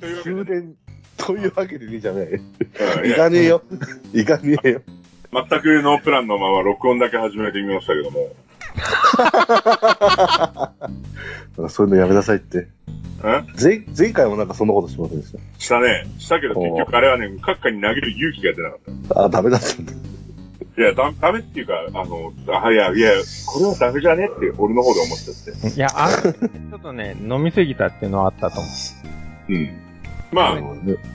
というわけで終電、というわけでねえじゃない。うんい行やかねえよ。行かねえよ。全くノープランのまま録音だけ始めてみましたけども。そういうのやめなさいって。うん前前回もなんかそんなことしませんでし。したね。したけど結局あれはね、閣下に投げる勇気が出なかったあ、ダメだったんだ。た。いや、だダメっていうか、あの、あいや、いや、これはダメじゃねって俺の方で思っちゃって。いや、あの、ちょっとね、飲みすぎたっていうのはあったと思う。うん。まあ、あ、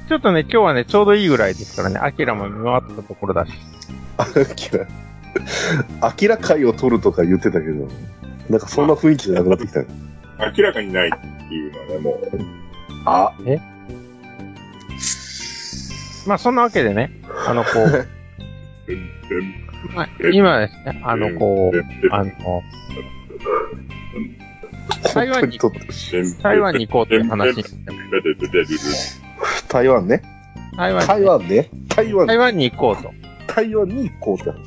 ちょっとね、今日はね、ちょうどいいぐらいですからね、アキラも見終わったところだし。明ら、明らかいを取るとか言ってたけど、なんかそんな雰囲気じゃなくなってきたね。明らかにないっていうのはね、もう、あ、まあ、そんなわけでね、あの、こ う、まあ今ですね、あの、こう、あの、台湾に本当取って台湾に行こうっていう話になって台湾ね。台湾に台湾ね。台湾、台湾に行こうと。台湾に行こうって話。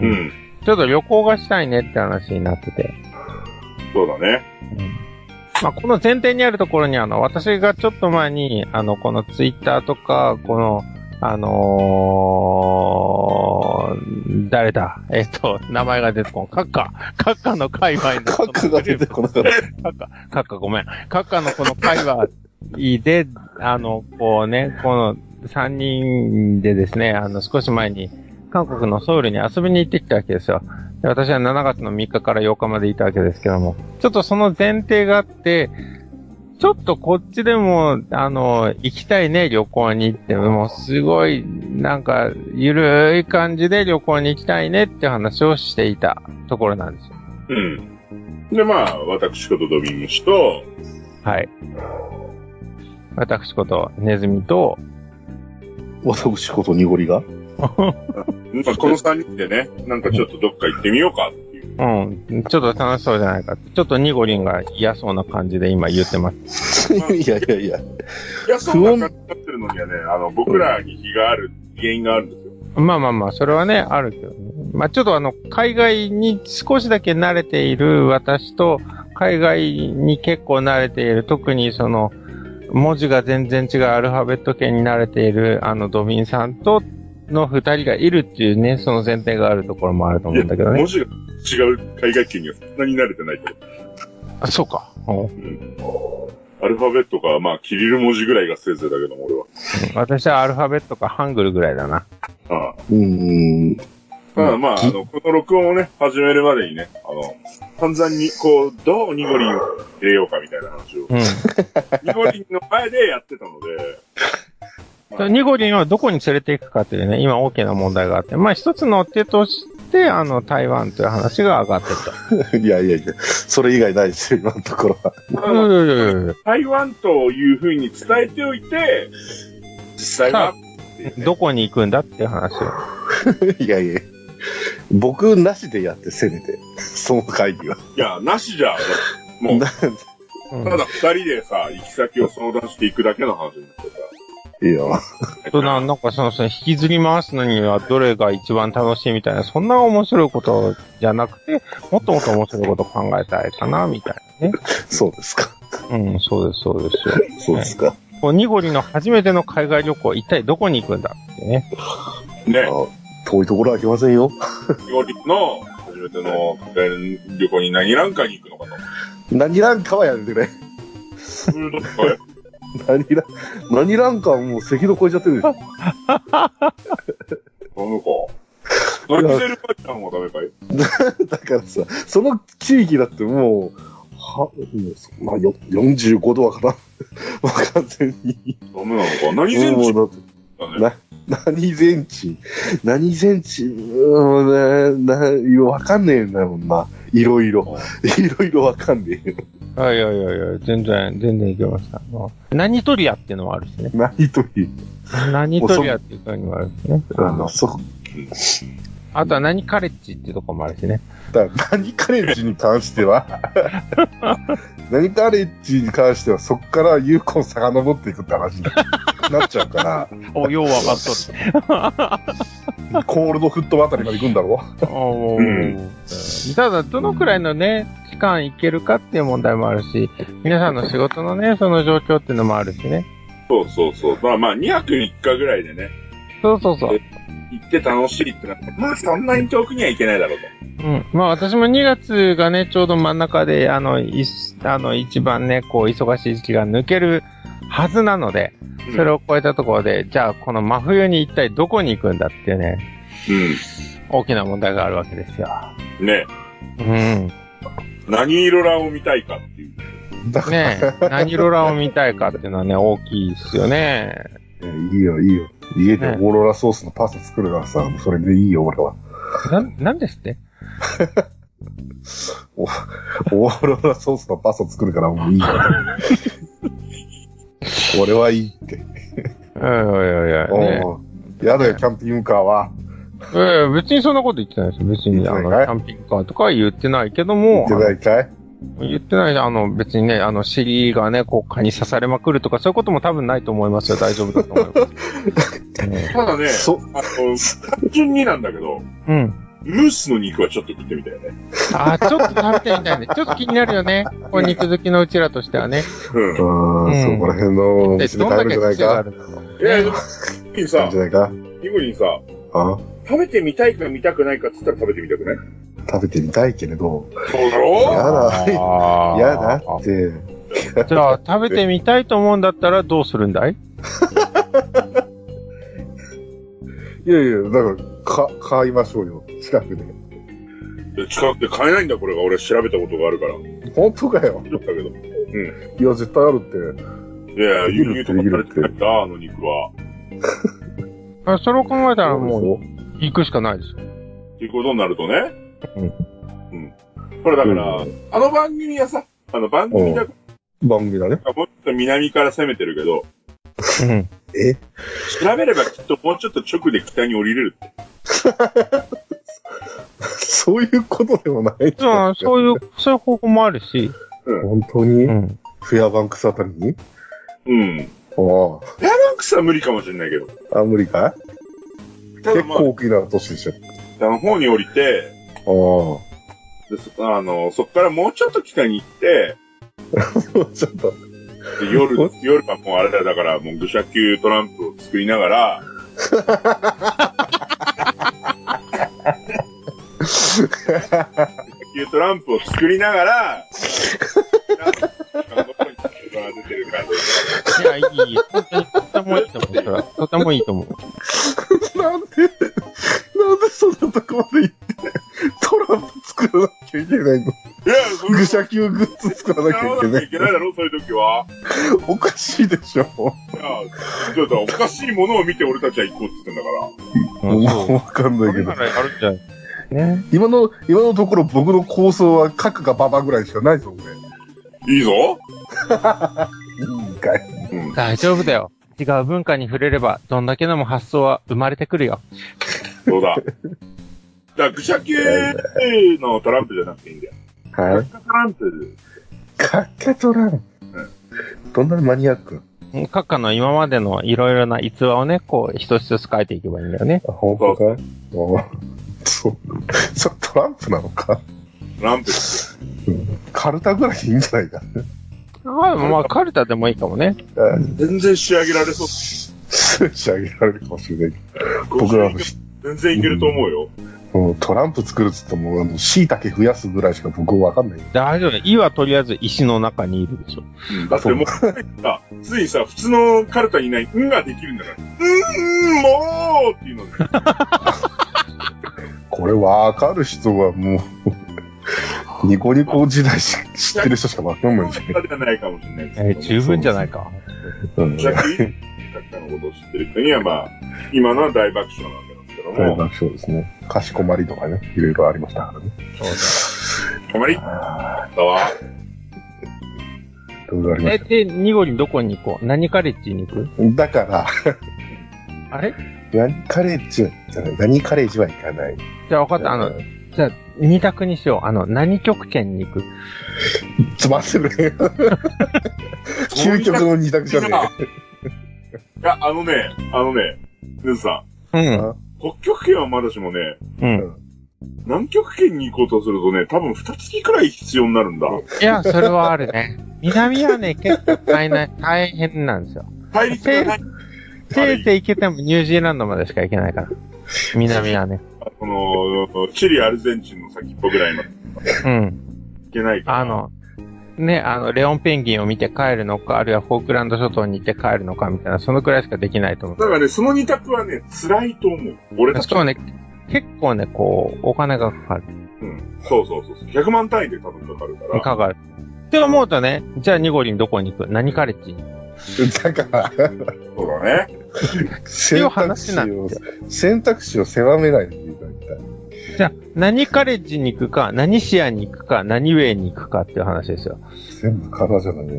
うん。ちょっと旅行がしたいねって話になってて。そうだね。まあ、この前提にあるところに、あの、私がちょっと前に、あの、このツイッターとか、この、あのー、誰だえっと、名前が出てこん。カッカ。カッカの界隈の。核が出てこなかった。カッカ、カッカごめん。カッカのこの会話で、あの、こうね、この3人でですね、あの、少し前に、韓国のソウルに遊びに行ってきたわけですよ。で私は7月の3日から8日までいたわけですけども、ちょっとその前提があって、ちょっとこっちでも、あの、行きたいね、旅行にって、もうすごい、なんか、ゆるい感じで旅行に行きたいねって話をしていたところなんですよ。うん。で、まあ、私ことドビングシと、はい。私こと、ネズミと、私こと濁りがまあ、この3人でね、なんかちょっとどっか行ってみようかっていう。うん、ちょっと楽しそうじゃないか。ちょっとニゴリンが嫌そうな感じで今言ってます。 いやいやいや。いや、そうな感じになってるのにはね、あの、僕らに非がある、原因があるんですよ。まあまあまあ、それはね、あるけど、ね、まあちょっとあの、海外に少しだけ慣れている私と、海外に結構慣れている、特にその、文字が全然違うアルファベット圏に慣れている、あの、ドミンさんと、の二人がいるっていうね、その前提があるところもあると思うんだけどいや文。ね字が違う海外圏にはそんなに慣れてないと。あ、そうか。うんうん。アルファベットか、まあ、キリル文字ぐらいがせいぜいだけども、俺は。私はアルファベットかハングルぐらいだな。ああうーん。まあうんまあ、あの、この録音をね、始めるまでにね、あの、散々に、こう、どうニゴリンを入れようかみたいな話 を、うん。ニゴリンの前でやってたので、まあニゴリンはどこに連れて行くかというね、今大きな問題があって、まあ一つの手として、あの、台湾という話が上がってた。いやいやいや。それ以外ないですよ、今のところは。まあいまあやいやいやい台湾というふうに伝えておいて、実際は、っていうやねどこに行くんだっていう話を。いやいや。僕なしでやって、せめて。その会議は。いや、なしじゃ、もう、 なうんただ二人でさ、行き先を相談していくだけの話になっていいよ。そうだなんかその、その引きずり回すのにはどれが一番楽しいみたいな、そんな面白いことじゃなくて、もっともっと面白いこと考えたいかな、みたいなね。そうですか。うん、そうです、そうですよ。そうですか。こうニゴリの初めての海外旅行、一体どこに行くんだってね。ね、あ遠いところは来ませんよ。ニゴリンの初めての海外旅行に何ランカに行くのかと。何ランカはやめてくれ。そういうとこよ何ラン、何ランカはもう赤道越えちゃってるで しょ。飲むか。ノリゼルパちゃんもダメかいだからさ、その地域だってもう、は、もうそまあ、よ45度はかな。 もう完全に。ダメなのか何ゼンチもうだってだね。な何センチ何センチうーん、な、な、わかんねえんだもんな。いろいろ。いろいろわかんねえよ。いやいやいやいや、全然、全然行けました。何トリアっていうのもあるしね。何という。何トリアっていう国もあるしね。あの、そ、あとは何カレッジっていうとこもあるしね。だから何カレッジに関して は何カレッジに関してはそこから有効遡っていくって話になっちゃうかお、ようわかっとる。ら、コールドフットあたりまで行くんだろおうーんただ、どのくらいのね、期間行けるかっていう問題もあるし、皆さんの仕事のね、その状況っていうのもあるしね。そそうそうそう。まあまあ、2泊3日ぐらいでね、そうそうそう。行って楽しいってなって、まあそんなに遠くには行けないだろうと。うん。まあ私も2月がね、ちょうど真ん中で、あの、いあの、一番ね、こう、忙しい時期が抜けるはずなので、それを超えたところで、じゃあこの真冬に一体どこに行くんだっていうね、う大きな問題があるわけですよ。ん。ねうん。何色ラを見たいかっていう。だから、 ねえ、何ロラを見たいかっていうのはね、大きいですよね。いいよ、いいよ。家でオねーロラソースのパスタ作るからさ、もうそれでいいよ、俺 は。な、なんですっておオーロラソースのパスタ作るからもう いいよ。俺はいいって。いやいやいや、ねおうやだよ、キャンピングカーは。ええ別にそんなこと言ってないですよ。別に、あの、言ってキないかャンピングカーとかは言ってないけど言もっ、てないかい言ってないし、あの、別にね、あの、尻がね、こう、蚊に刺されまくるとか、そういうことも多分ないと思いますよ。大丈夫だと思います。 ねただね、そあの、単純になんだけど、うん。ムースの肉はちょっと食ってみたいよね。あー、ちょっと食べてみたいね。ちょっと気になるよね。こう肉好きのうちらとしてはね。う うーん、うんそこら辺のおえ、店でどん買えだるんけじゃない癖があかるのん。いや、でねも、ニコリン買えるんさじゃ、ないかニコリンさ、あ食べてみたいか見たくないかって言ったら食べてみたくない食べてみたいけれど。そうだろやだ、あーやだって。じゃあ、食べてみたいと思うんだったらどうするんだいいやいや、だから、か、買いましょうよ。近くで。近くで買えないんだ、これが。俺調べたことがあるから。だ本当かよ。けど。いや、絶対あるって。いや、輸入とかできされるてないんだ、あの肉は。あそれを考えたらもう、う。行くしかないですよ。っていうことになるとね。うん。これだから、あの番組はさ、あの番組だか番組だね。 らもうちょっと南から攻めてるけど、うん。え調べればきっともうちょっと直で北に降りれる。そういうことでもない。実は、そういう、そういう方法もあるし。本当に、うん。フェアバンクスあたりにうん。あヤランクスは無理かもしれないけど。あ、無理かいただ結まあ構、大きな都市でし北の方に降りて、ょ。でそあの、そこからもうちょっと北に行って、ああ。 ちょっと、で夜お、夜はもうあれだよ、だからもう愚者級トランプを作りながら、愚者級トランプを作りながら、なんかどこに人が出てるかとかいや、いい。本当にとてもいいと思う。それはとてもいいと思う。なんで、なんでそんなとこまで行って、トランプ作らなきゃいけないのいや、そ愚者級グッズ作らうないうきゃいことけやらななきゃいい。けないだろ、そういう時は。 おかしいでしょ。いや、ちょっとおかしいものを見て俺たちは行こうって言ってんだから。もうそう。わかんなだいけどか。らやるんじゃないね。今の、今のところ僕の構想は核がババぐらいしかないぞ、俺。いいぞいいんかい。大丈夫だよ。違う文化に触れれば、どんだけでも発想は生まれてくるよ。そうだ。だから、愚者級のトランプじゃなくていいんだよ。は。トランプ。カッカトラン。どんなにマニアック各家の今までのいろいろな逸話をね、こう、一つ一つ書いていけばいいんだよね。あ、本当かいそう。それトランプなのかトランプ。カルタぐらいいいんじゃないか。ああ、まあ、カルタでもいいかもね。 全然仕上げられそう。数値上げられるかもしれない。僕らの、全然いけると思うよ。うん、トランプ作るっつっても、あの、椎茸増やすぐらいしか僕わかんないよ。大丈夫。イはとりあえず石の中にいるでしょ。だってもう、さ、 ついさ、普通のカルタにない、うんができるんだから、うん、うん、もうっていうのね。これわかる人はも う、ニコニコ時代し知ってる人しかわかんないんじゃないじゃないかもしれ ないですえーけど十分じゃないか。うん。ジャ大ッキー・カッカのことを知ってる人には、まあ、今のは大爆笑なんですけど爆も、笑ですね。かしこまりとかね、いろいろありましたからね。たまりああ、だわ。いろいろありまえ、しで、ニゴリどこに行こう何カレッジに行くた。だから、あれ何カレッジはじゃない、何カレッジは行かない。じゃあ分かった。あの、じゃあ、二択にしよう。あの、何極圏に行くつ まんせるね。究極の二択じゃねえ。いや、あのね、あのね、ヌズさん、うん。北極圏はまだしもね、うん。南極圏に行こうとするとね、多分二月くらい必要になるんだ。いや、それはあるね。南はね、結構大変な大変なんですよ。大陸がない。せいぜい行けてもニュージーランドまでしか行けないから。南はね。この、チリ、アルゼンチンの先っぽぐらいまでうん。行けないから。あの、ね、あの、レオンペンギンを見て帰るのか、あるいはフォークランド諸島に行って帰るのかみたいな、そのくらいしかできないと思だからね、その二択はね、辛いと思う。俺う。たしちかもね、結構ね、こう、お金がかかる。うん。そうそうそうそう。100万単位で多分かかるから。かかる。って思うとね、じゃあニゴリンどこに行く何カレッジにだから、そうだね。選択肢っていう話なんを、選択肢を狭めないでいただきたい。じゃあ、何カレッジに行くか、何シアに行くか、何ウェイに行くかっていう話ですよ。全部からじゃないよ。い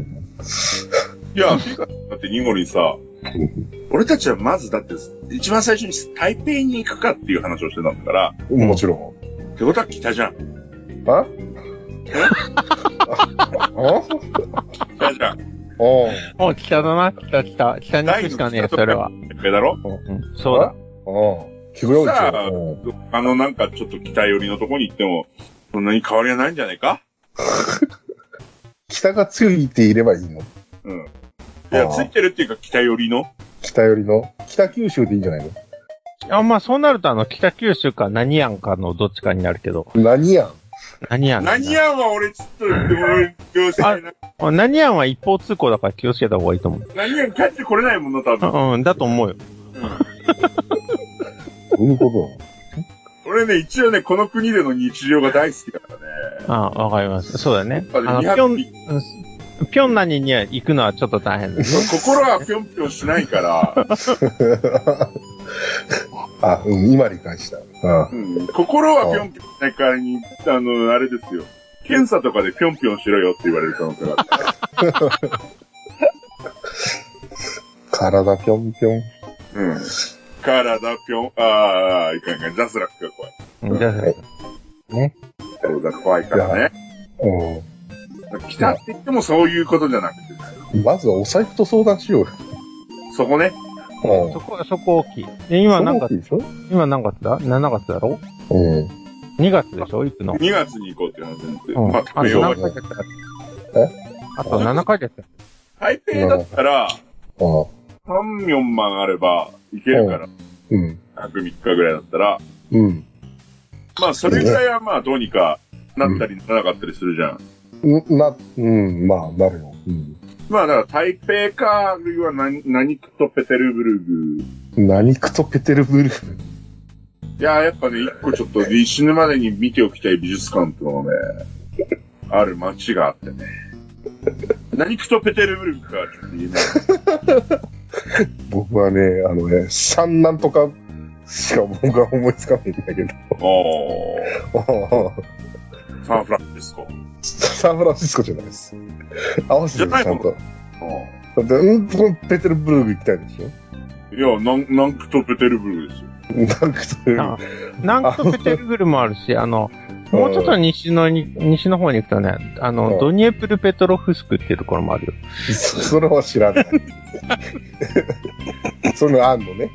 や、てかだってニゴリさ、俺たちはまずだって、一番最初に台北に行くかっていう話をしてたんだから、もちろん。ってことは北じゃん。ああ北じゃん。おうお、北だな、北、北。北に行くしかねえ、それは。台北だろうん、そうだ。おう聞くよ、一さあ応。あの、なんかちょっと北寄りのとこに行っても、そんなに変わりはないんじゃないか北がついていればいいの。うん。いや、あーついてるっていうか北寄りの。北寄りの。北九州でいいんじゃないあ、まあそうなるとあの、北九州か何やんかのどっちかになるけど、の何やん何やん。何やんは俺ちょっと、俺、行政な。あ何やんは一方通行だから気をつけた方がいいと思何やん帰ってこれないもんな、多分。う。うん、だと思うよ。どういうこ俺ね、一応ね、この国での日常が大好きだからね。あわかります。そうだね。あやっの、ぱぴねょん、 200ぴょんなにには行くのはちょっと大変です。心はぴょんぴょんしないから、とあ、うん、今理解した。うん。うん、心はぴょんぴょんしないからに、あの、あれですよ。検査とかでぴょんぴょんしろよって言われる可能性がある。体ぴょんぴょん。うん。体ぴょん、ああ、いかんいかん、ジャスラックが怖い。うんじゃあ、そうだ、怖いからね。う来たって言ってもそういうことじゃなくて、ん。まずはお財布と相談しようよ。そこね。うんそ。こ、そこ大きい。で今なんかそう、でしょ今何月だ ?7 月だろうん。 ?2 月でしょ行くの。 2月に行こうって話になって、うん。まああ、と要は何ヶ月あるあと7ヶ月。台北だったら、あ3、4万あれば行けるから、うん。 100、3日ぐらいだったら、うん。まあ、それぐらいはまあ、どうにかなったりならなかったりするじゃん。んな、うん、まあ、なるよ。うん。まあ、だから、台北か、あるいは何、何区とペテルブルグ。何区とペテルブルク。いやー、やっぱね、一個ちょっと、死ぬまでに見ておきたい美術館っていうのがね、ある街があってね。何区とペテルブルグか、ちょっと 言えない。僕はね、あのね、三なんとかしか僕は思いつかないんだけど。おー、サンフランシスコ。 サンフランシスコじゃないです。合わせてるじゃないちゃんと。おだって、うん、このペテルブルク行きたいでしょーいや、なん何区とペテルブルグですよ。何区というあ南極ペテルブルもあるし、あの、もうちょっと西のに、西の方に行くとね、あうの、んドニエプルペトロフスクっていうところもあるよ。それは知らない。 そのあんのね。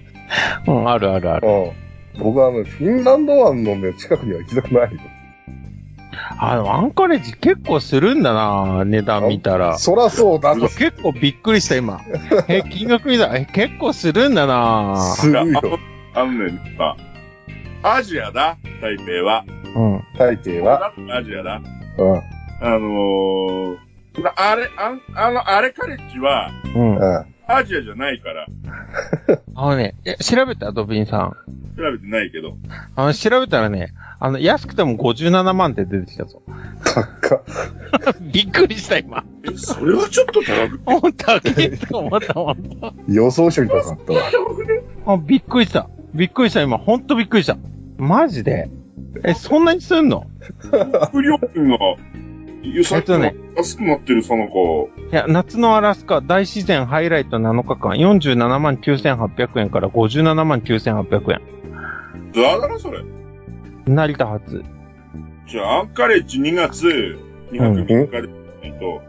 うん、あるあるある。うん。僕はあの、フィンランド湾のね、近くには行きたくないよ。あ、でもアンカレッジ結構するんだな値段見たら。そらそうだと。結構びっくりした、 今。え、金額見たら、え、結構するんだなすごいよ。あのね、まあ、アジアだ、台北は。うん。大抵は。アジアだ。うん。うん。あのー、なあれ、あんあの、あれカレッジは、うん。アジアじゃないから、あのね、え、調べたドビンさん。調べてないけど。あの、調べたらね、あの、安くても57万って出てきたぞ。高っ。 びっくりした、今。え、それはちょっと高く、もう高いと思ったもん。予想してみたかったわ。高くね あ、びっくりした。びっくりした、今。ほんとびっくりした。マジで。え、そんなにすんの副料金が、ゆさっきのえっ安くなってる、その子。いや、夏のアラスカ大自然ハイライト7日間、47万9800円から57万9800円。だだな、それ。成田発。じゃあ、アンカレッジ2月、2泊3日で、えっと、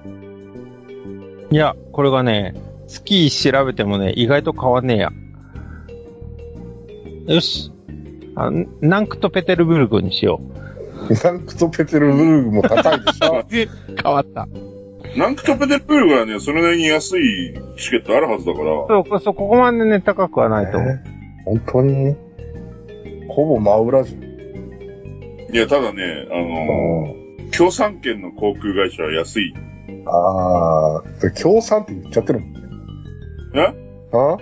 いや、これがね、月調べてもね、意外と変わんねえや。よし。あナンクトペテルブルクにしよフランクとペテルブルグも高いでしょう。変わった。南区トペテルプールがね、それなりに安いチケットあるはずだから、そう、こそうここまでね、高くはないと思う。ね本当にほぼ真裏じゃん。いや、ただね、あのー、共産圏の航空会社は安い。あー、で共産って言っちゃってるもんね。あ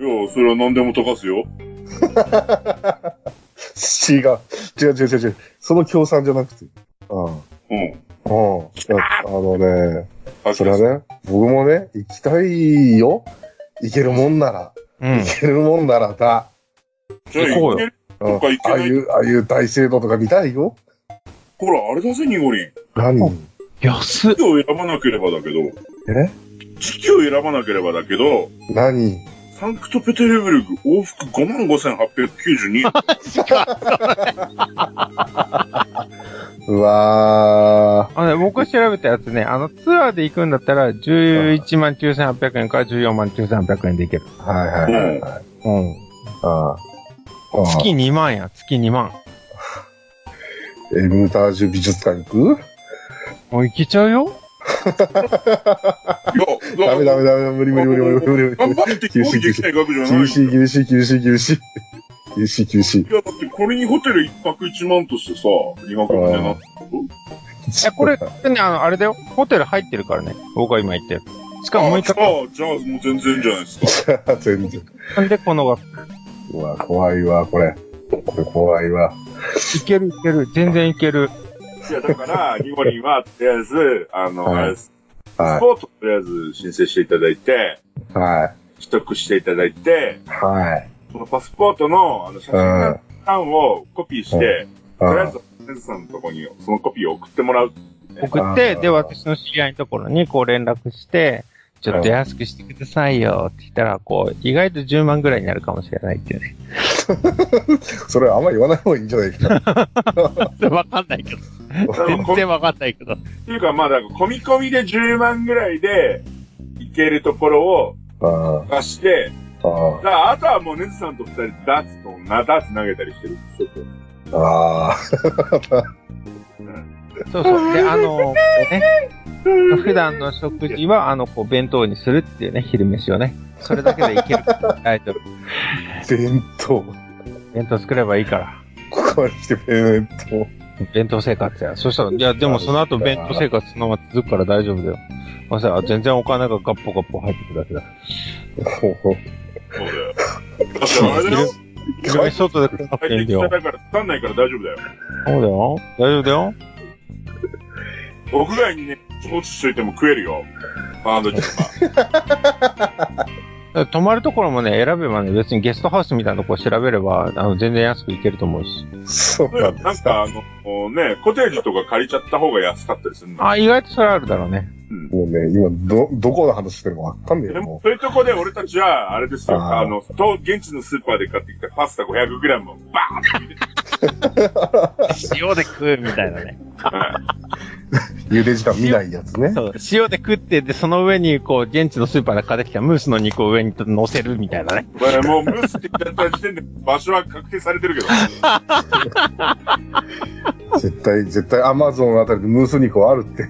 いや、それは何でも溶かすよ。違う。違う違う違う違う。その共産じゃなくて。うん。うん。うん。あのね、あそれはね、僕もね、行きたいよ。行けるもんなら。うん。行けるもんならだ。じゃあ行こ行うけよるうとんか行けああないいう、ああいう大聖堂とか見たいよ。ほら、あれだぜ、ニゴリン。何安っ。地球を選ばなければだけど、え地球を選ばなければだけど、何サンクトペテルブルク往復55,892円。うわあのね、僕調べたやつね、あの、ツアーで行くんだったら、11万9800円から14万9800円で行ける。ー。はいはいはいはい。うん。ああ。月2万や、月2万。エルムタージュ美術館行くもう行けちゃうよ。いや、ダメダメだ。ダメ、無理無理無理無理無理無頑理。張って行できない額じゃない。厳しい厳しい厳しい厳しい。厳しい厳しい。いや、だってこれにホテル一泊一万としてさ、二泊みたいな。え、これ、ね、あの、あれだよ。ホテル入ってるからね。僕は今行ってる。しかもあ6日じゃあ、じゃあもう全然じゃないですか。 全然。間でこのが、うわ、怖いわ、これ。これ怖いわ。行ける行ける。全然行ける。いや、だから、ニゴリンは、とりあえず、あの、はいあれですスはポートとりあえず申請していただいて、い。は取得していただいて、い。はい。このパスポートの、あの、写う真ん。欄をコピーして、とりあえうず、先生さんのとこに、そのコピーを送ってもらう。送っあて、ーで、私の知り合いのところにこう連絡して、ちょっと安くしてくださいよって言ったら、こう、意外と10万ぐらいになるかもしれないっていうね。ん。それあんま言わない方がいいんじゃないかな。 わかんないけど。 全然わかんないけど。っていうか、まあ、だから、込み込みで10万ぐらいで、行けるところをああ。貸して、あだからあとはもうネズさんと二人でダーツと、な、ダーツ投げたりしてる。ちょっと。あ。あそうそう。で、あの、ね、普段の食事は、あの、こう、弁当にするっていうね、昼飯をね。それだけでいけ る。大丈夫。あ。弁当。弁当作ればいいから。ここに来て弁当。弁当生活や。そしたら、いや、でもその後弁当生活そのまま続くから大丈夫だよ。まさか、全然お金がガッポガッポ入ってくるだけだ。そうだよ。だってあれだよ。昼飯外で食べなくていい入んっだてきた。だよから、つかんないから大丈夫だよ。そうだよ。大丈夫だよ。屋外にね、放置しといても食えるよ。パンドチとか。だから泊まるところもね、選べばね、別にゲストハウスみたいなとこ調べれば、あの、全然安く行けると思うし。 そうそういなうんなでんすか。かあの、こうね、コテージとか借りちゃった方が安かったりするの。あ、意外とそれあるだろうね。うんもうね、今、ど、どこの話してるかわかんねえでよ、もも、そういうとこで俺たちは、あれですよ、あーあの、と、現地のスーパーで買ってきたパスタ 500g をバーンって入れて、塩で食うみたいなね。う。茹で時間見ないやつね。 そう、塩で食って、で、その上に、こう、現地のスーパーで買ってきたムースの肉を上に乗せるみたいなね。これもうムースって言った時点で場所は確定されてるけど、 絶対、絶対アマゾンあたりでムース肉はあるって。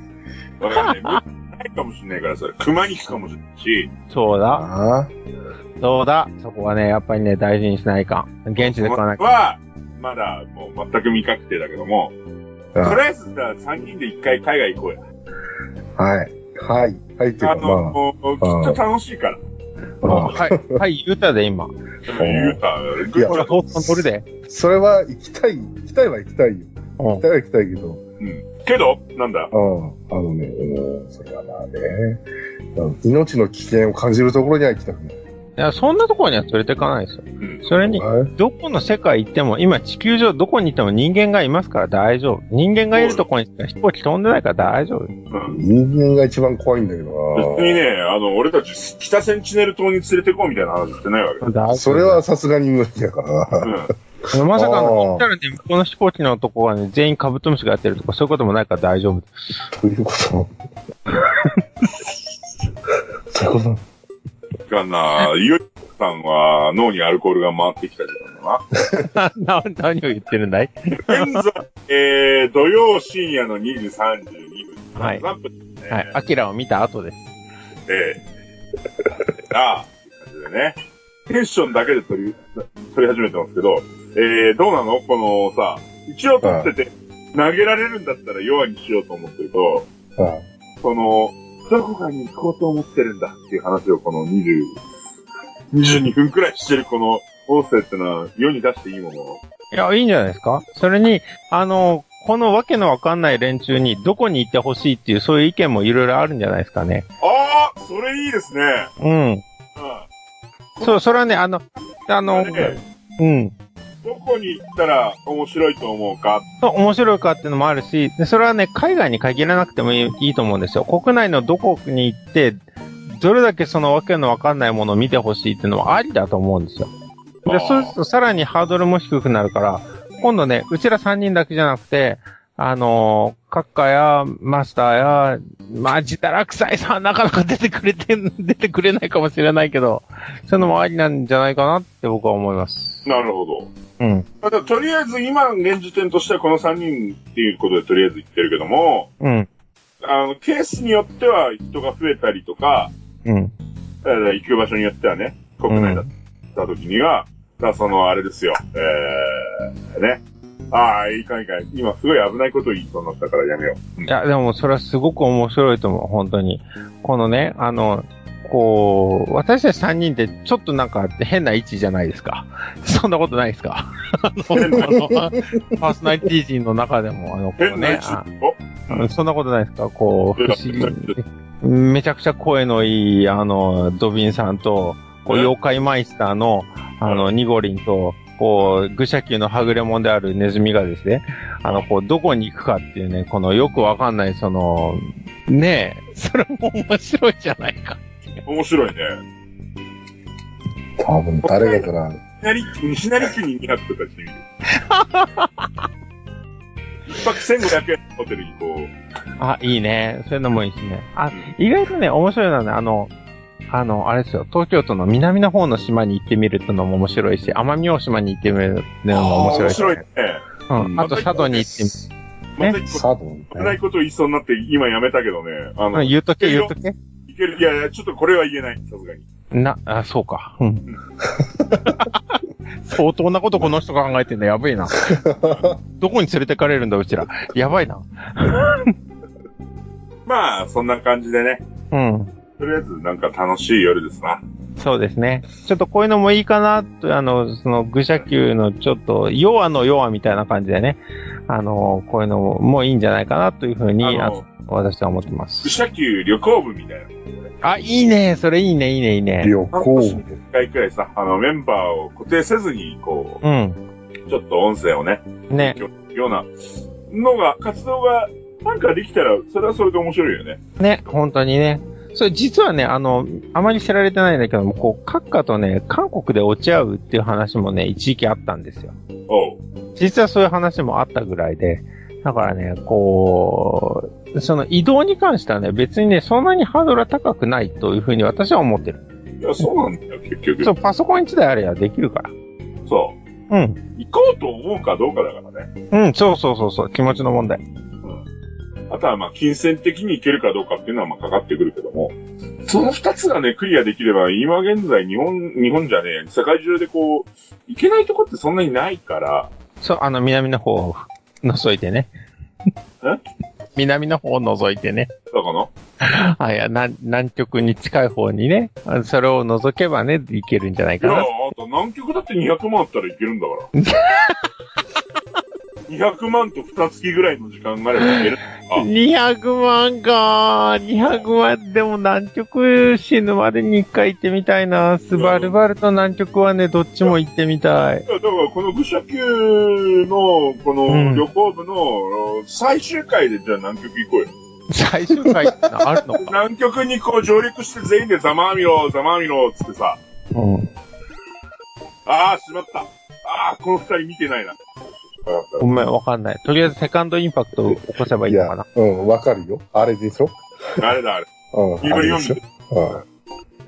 わかんない。ムースないかもしれないから、それ、熊肉かもしれないし、そうだ、ああ。そうだ。そこはね、やっぱりね、大事にしないかん。現地で買わなきゃ。は、まだ、もう全く未確定だけども、とありあえずさ、3人で一回海外行こうや。はい。はい。はい、っていうあか、の、まもうきっと楽しいから。あ、まあ、はい、はい、ユータで今。言うた、いやほら、トースト取るで。それは行きたい、行きたいは行きたいよ。う行きん。たいは行きたいけど、うん。けど、なんだ、うん。あのね、うん、それはまあね、あの命の危険を感じるところには行きたくない。いや、そんなところには連れてかないですよう。ん。それに、はいどこの世界行っても、今地球上どこに行っても人間がいますから大丈夫。人間がいるところにしか飛行機飛んでないから大丈夫。うん人間が一番怖いんだけど別にね、あの、俺たち北センチネル島に連れてこうみたいな話してないわけ。大丈夫な。それはさすがに無理だから うな。ん。まさかあーの、そしたらね、向こうの飛行機のとこはね、全員カブトムシがやってるとか、そういうこともないから大丈夫。 ということ なの。という ことなのかな、ゆうさんは脳にアルコールが回ってきた時間だな。な、何を言ってるんだい現在、えー、土曜深夜の2時32分。はい3分。ねはい。アキラを見た後です。ええ。なあ、って感じでね。テンションだけで取り、取り始めてますけど、ええどうなのこのさ、一応取ってて、投げられるんだったら弱にしようと思ってると、あその、どこかに行こうと思ってるんだっていう話をこの20、22分くらいしてるこの音声ってのは世に出していいものいや、いいんじゃないですかそれに、あの、このわけのわかんない連中にどこに行ってほしいっていうそういう意見もいろいろあるんじゃないですかね。ああそれいいですね。うん。うそう、それはね、あの、あの、ん。ねうん。どこに行ったら面白いと思うかそう面白いかっていうのもあるし、でそれはね、海外に限らなくてもいいいいと思うんですよ。国内のどこに行って、どれだけそのわけのわかんないものを見てほしいっていうのはありだと思うんですよ。あで、ーそうするとさらにハードルも低くなるから、今度ね、うちら3人だけじゃなくて、あのー、カッカやマスターや、まあ、自堕落斎さんなかなか出てくれて、出てくれないかもしれないけど、そういうのもありなんじゃないかなって僕は思います。なるほど。うん。まあでもとりあえず今現時点としてはこの3人っていうことでとりあえず言ってるけども、うん。あの、ケースによっては人が増えたりとか、うん。えー行く場所によってはね、国内だった時には、だからその、あれですよ、えー、ね。ああ、いかんいかん。今すごい危ないことを言いそうになったからやめよう。うんいや、でもそれはすごく面白いと思う、本当に。このね、あの、こう、私たち3人ってちょっとなんか変な位置じゃないですか。 そんなことないですかあの、あの パーソナリティ陣の中でも、あの、こう変な位ね置あおうんそんなことないですかこう、不思変な議。めちゃくちゃ声のいい、あの、ドビンさんと、こう、え妖怪マイスターの、あの、ニゴリンと、こう、愚者級のはぐれもんであるネズミがですね、あの、こう、どこに行くかっていうね、このよくわかんない、その、ねえ、それも面白いじゃないか。面白いね。多分誰だから、西成区に2泊とかしてみる。一泊1500円のホテルにこう、あ、いいね。そういうのもいいしね。あ、意外とね、面白いのはね、あの、あの、あれですよ、東京都の南の方の島に行ってみるってのも面白いし、奄美大島に行ってみるのも面白いし、ね。うん。あと、佐渡に行ってみまた一個サド危ないことを言いそうになって、今やめたけどね。あの、うん、い言うとけ、言うとけ。ける、いやいや、ちょっとこれは言えない、さすがに。な、あ、そうか。うん。相当なことこの人が考えてんだ、やべえな。どこに連れてかれるんだ、うちら。やばいな。まあ、そんな感じでね。うん。とりあえず、なんか楽しい夜ですな。そうですね。ちょっとこういうのもいいかなと、あの、その、愚者級のちょっと、弱の弱みたいな感じでね、あの、こういうのももういいんじゃないかなというふうに、ああの、私は思ってま愚す。者級旅行部みたいな。あ、いいね。それいいね、いいね、いいね。旅行部。一回くらいさ、あの、メンバーを固定せずに、こうん。う、ちょっと音声をね、ね。よような、のが、活動が、なんかできたら、それはそれで面白いよね。ね、本当にね。そう、実はね、あの、あまり知られてないんだけども、こう、閣下とね、韓国で落ち合うっていう話もね、一時期あったんですよ。おう。実はそういう話もあったぐらいで、だからね、こう、その移動に関してはね、別にね、そんなにハードルは高くないというふうに私は思ってる。いや、そうなんだよ、結局。そ、そうパソコン一台あればできるから。う。うん。行こうと思うかどうかだからね。うん、そうそうそうそう、気持ちの問題。あとは、まあ、金銭的に行けるかどうかっていうのは、まあ、かかってくるけども、その二つがね、クリアできれば、今現在、日本、日本じゃねえ、世界中でこう、行けないとこってそんなにないから、そう、あの、南の方を覗いてね。え南の方を覗いてね。だからな、あ、いや、南南極に近い方にね、あそれを覗けばね、いけるんじゃないいかや、あな。と南極だって200万あったらいけるんだ から。200万と二月ぐらいの時間があればいける。あ200万か200万、でも南極死ぬまでに一回行ってみたいな。スバルバルと南極はね、どっちも行ってみたい。いやだから、この愚者級の、こうんの旅行部の、あの最終回でじゃあ南極行こうよ。最終回ってのあるのか南極にこう上陸して全員でざまあみろ、ざまあみろ、つってさ、 うん。ああ、しまった。ああ、この二人見てないな。ごめん、わかんない。とりあえずセカンドインパクトを起こせばいいいのやかな。、うん、わかるよ。あれでしょあれだ、あれ。うん、あれでしょ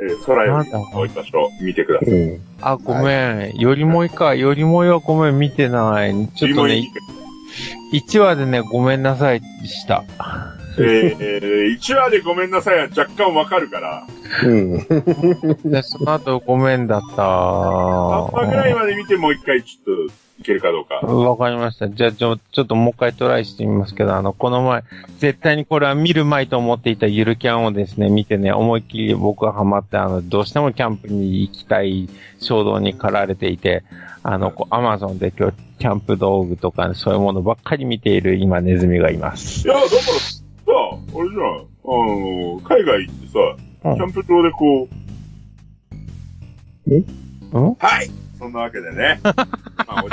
えー空よなんりだ遠い場所、見てください。うん。うんあ、ごめん。よりもいか。よりもいはごめん、見てない。ちょっと今いねい、けど1話でね、ごめんなさい、した。えー、1話でごめんなさいは若干わかるから、うん。で、その後ごめんだった。 3話ぐらいまで見てもう一回ちょっといけるかどうか。わかりました。じゃあ、ちょ、ちょっともう一回トライしてみますけど、あの、この前、絶対にこれは見る前と思っていたゆるキャンをですね、見てね、思いっきり僕はハマって、あの、どうしてもキャンプに行きたい衝動に駆られていて、あの、こう、アマゾンで今日、キャンプ道具とか、そういうものばっかり見ている今、ネズミがいます。いや、だから、さ、あれじゃん、あの、海外行ってうさ、んキャンプ場でこう。んはいそんなわけで ね。まあ、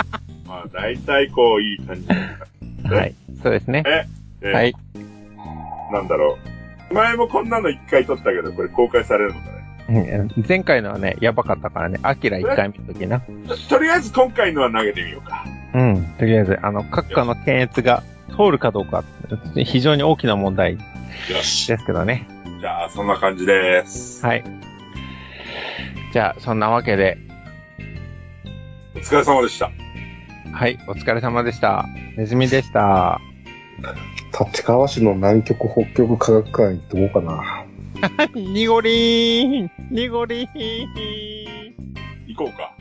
おまあ、大体こう、いい感じ。はい。そうですね。えーはい。なんだろう。前もこんなの一回撮ったけど、これ公開されるのかね。うん前回のはね、やばかったからね、アキラ一回見ときな。ととりあえず今回のは投げてみようか。うん。とりあえず、あの、閣下の検閲が通るかどうか、非常に大きな問題よし。ですけどね。じゃあ、そんな感じです。はい。じゃあ、そんなわけで、お疲れ様でした。はい、お疲れ様でした。ネズミでした。立川市の南極北極科学館行ってこうかな。にごりーんにごりーん行こうか。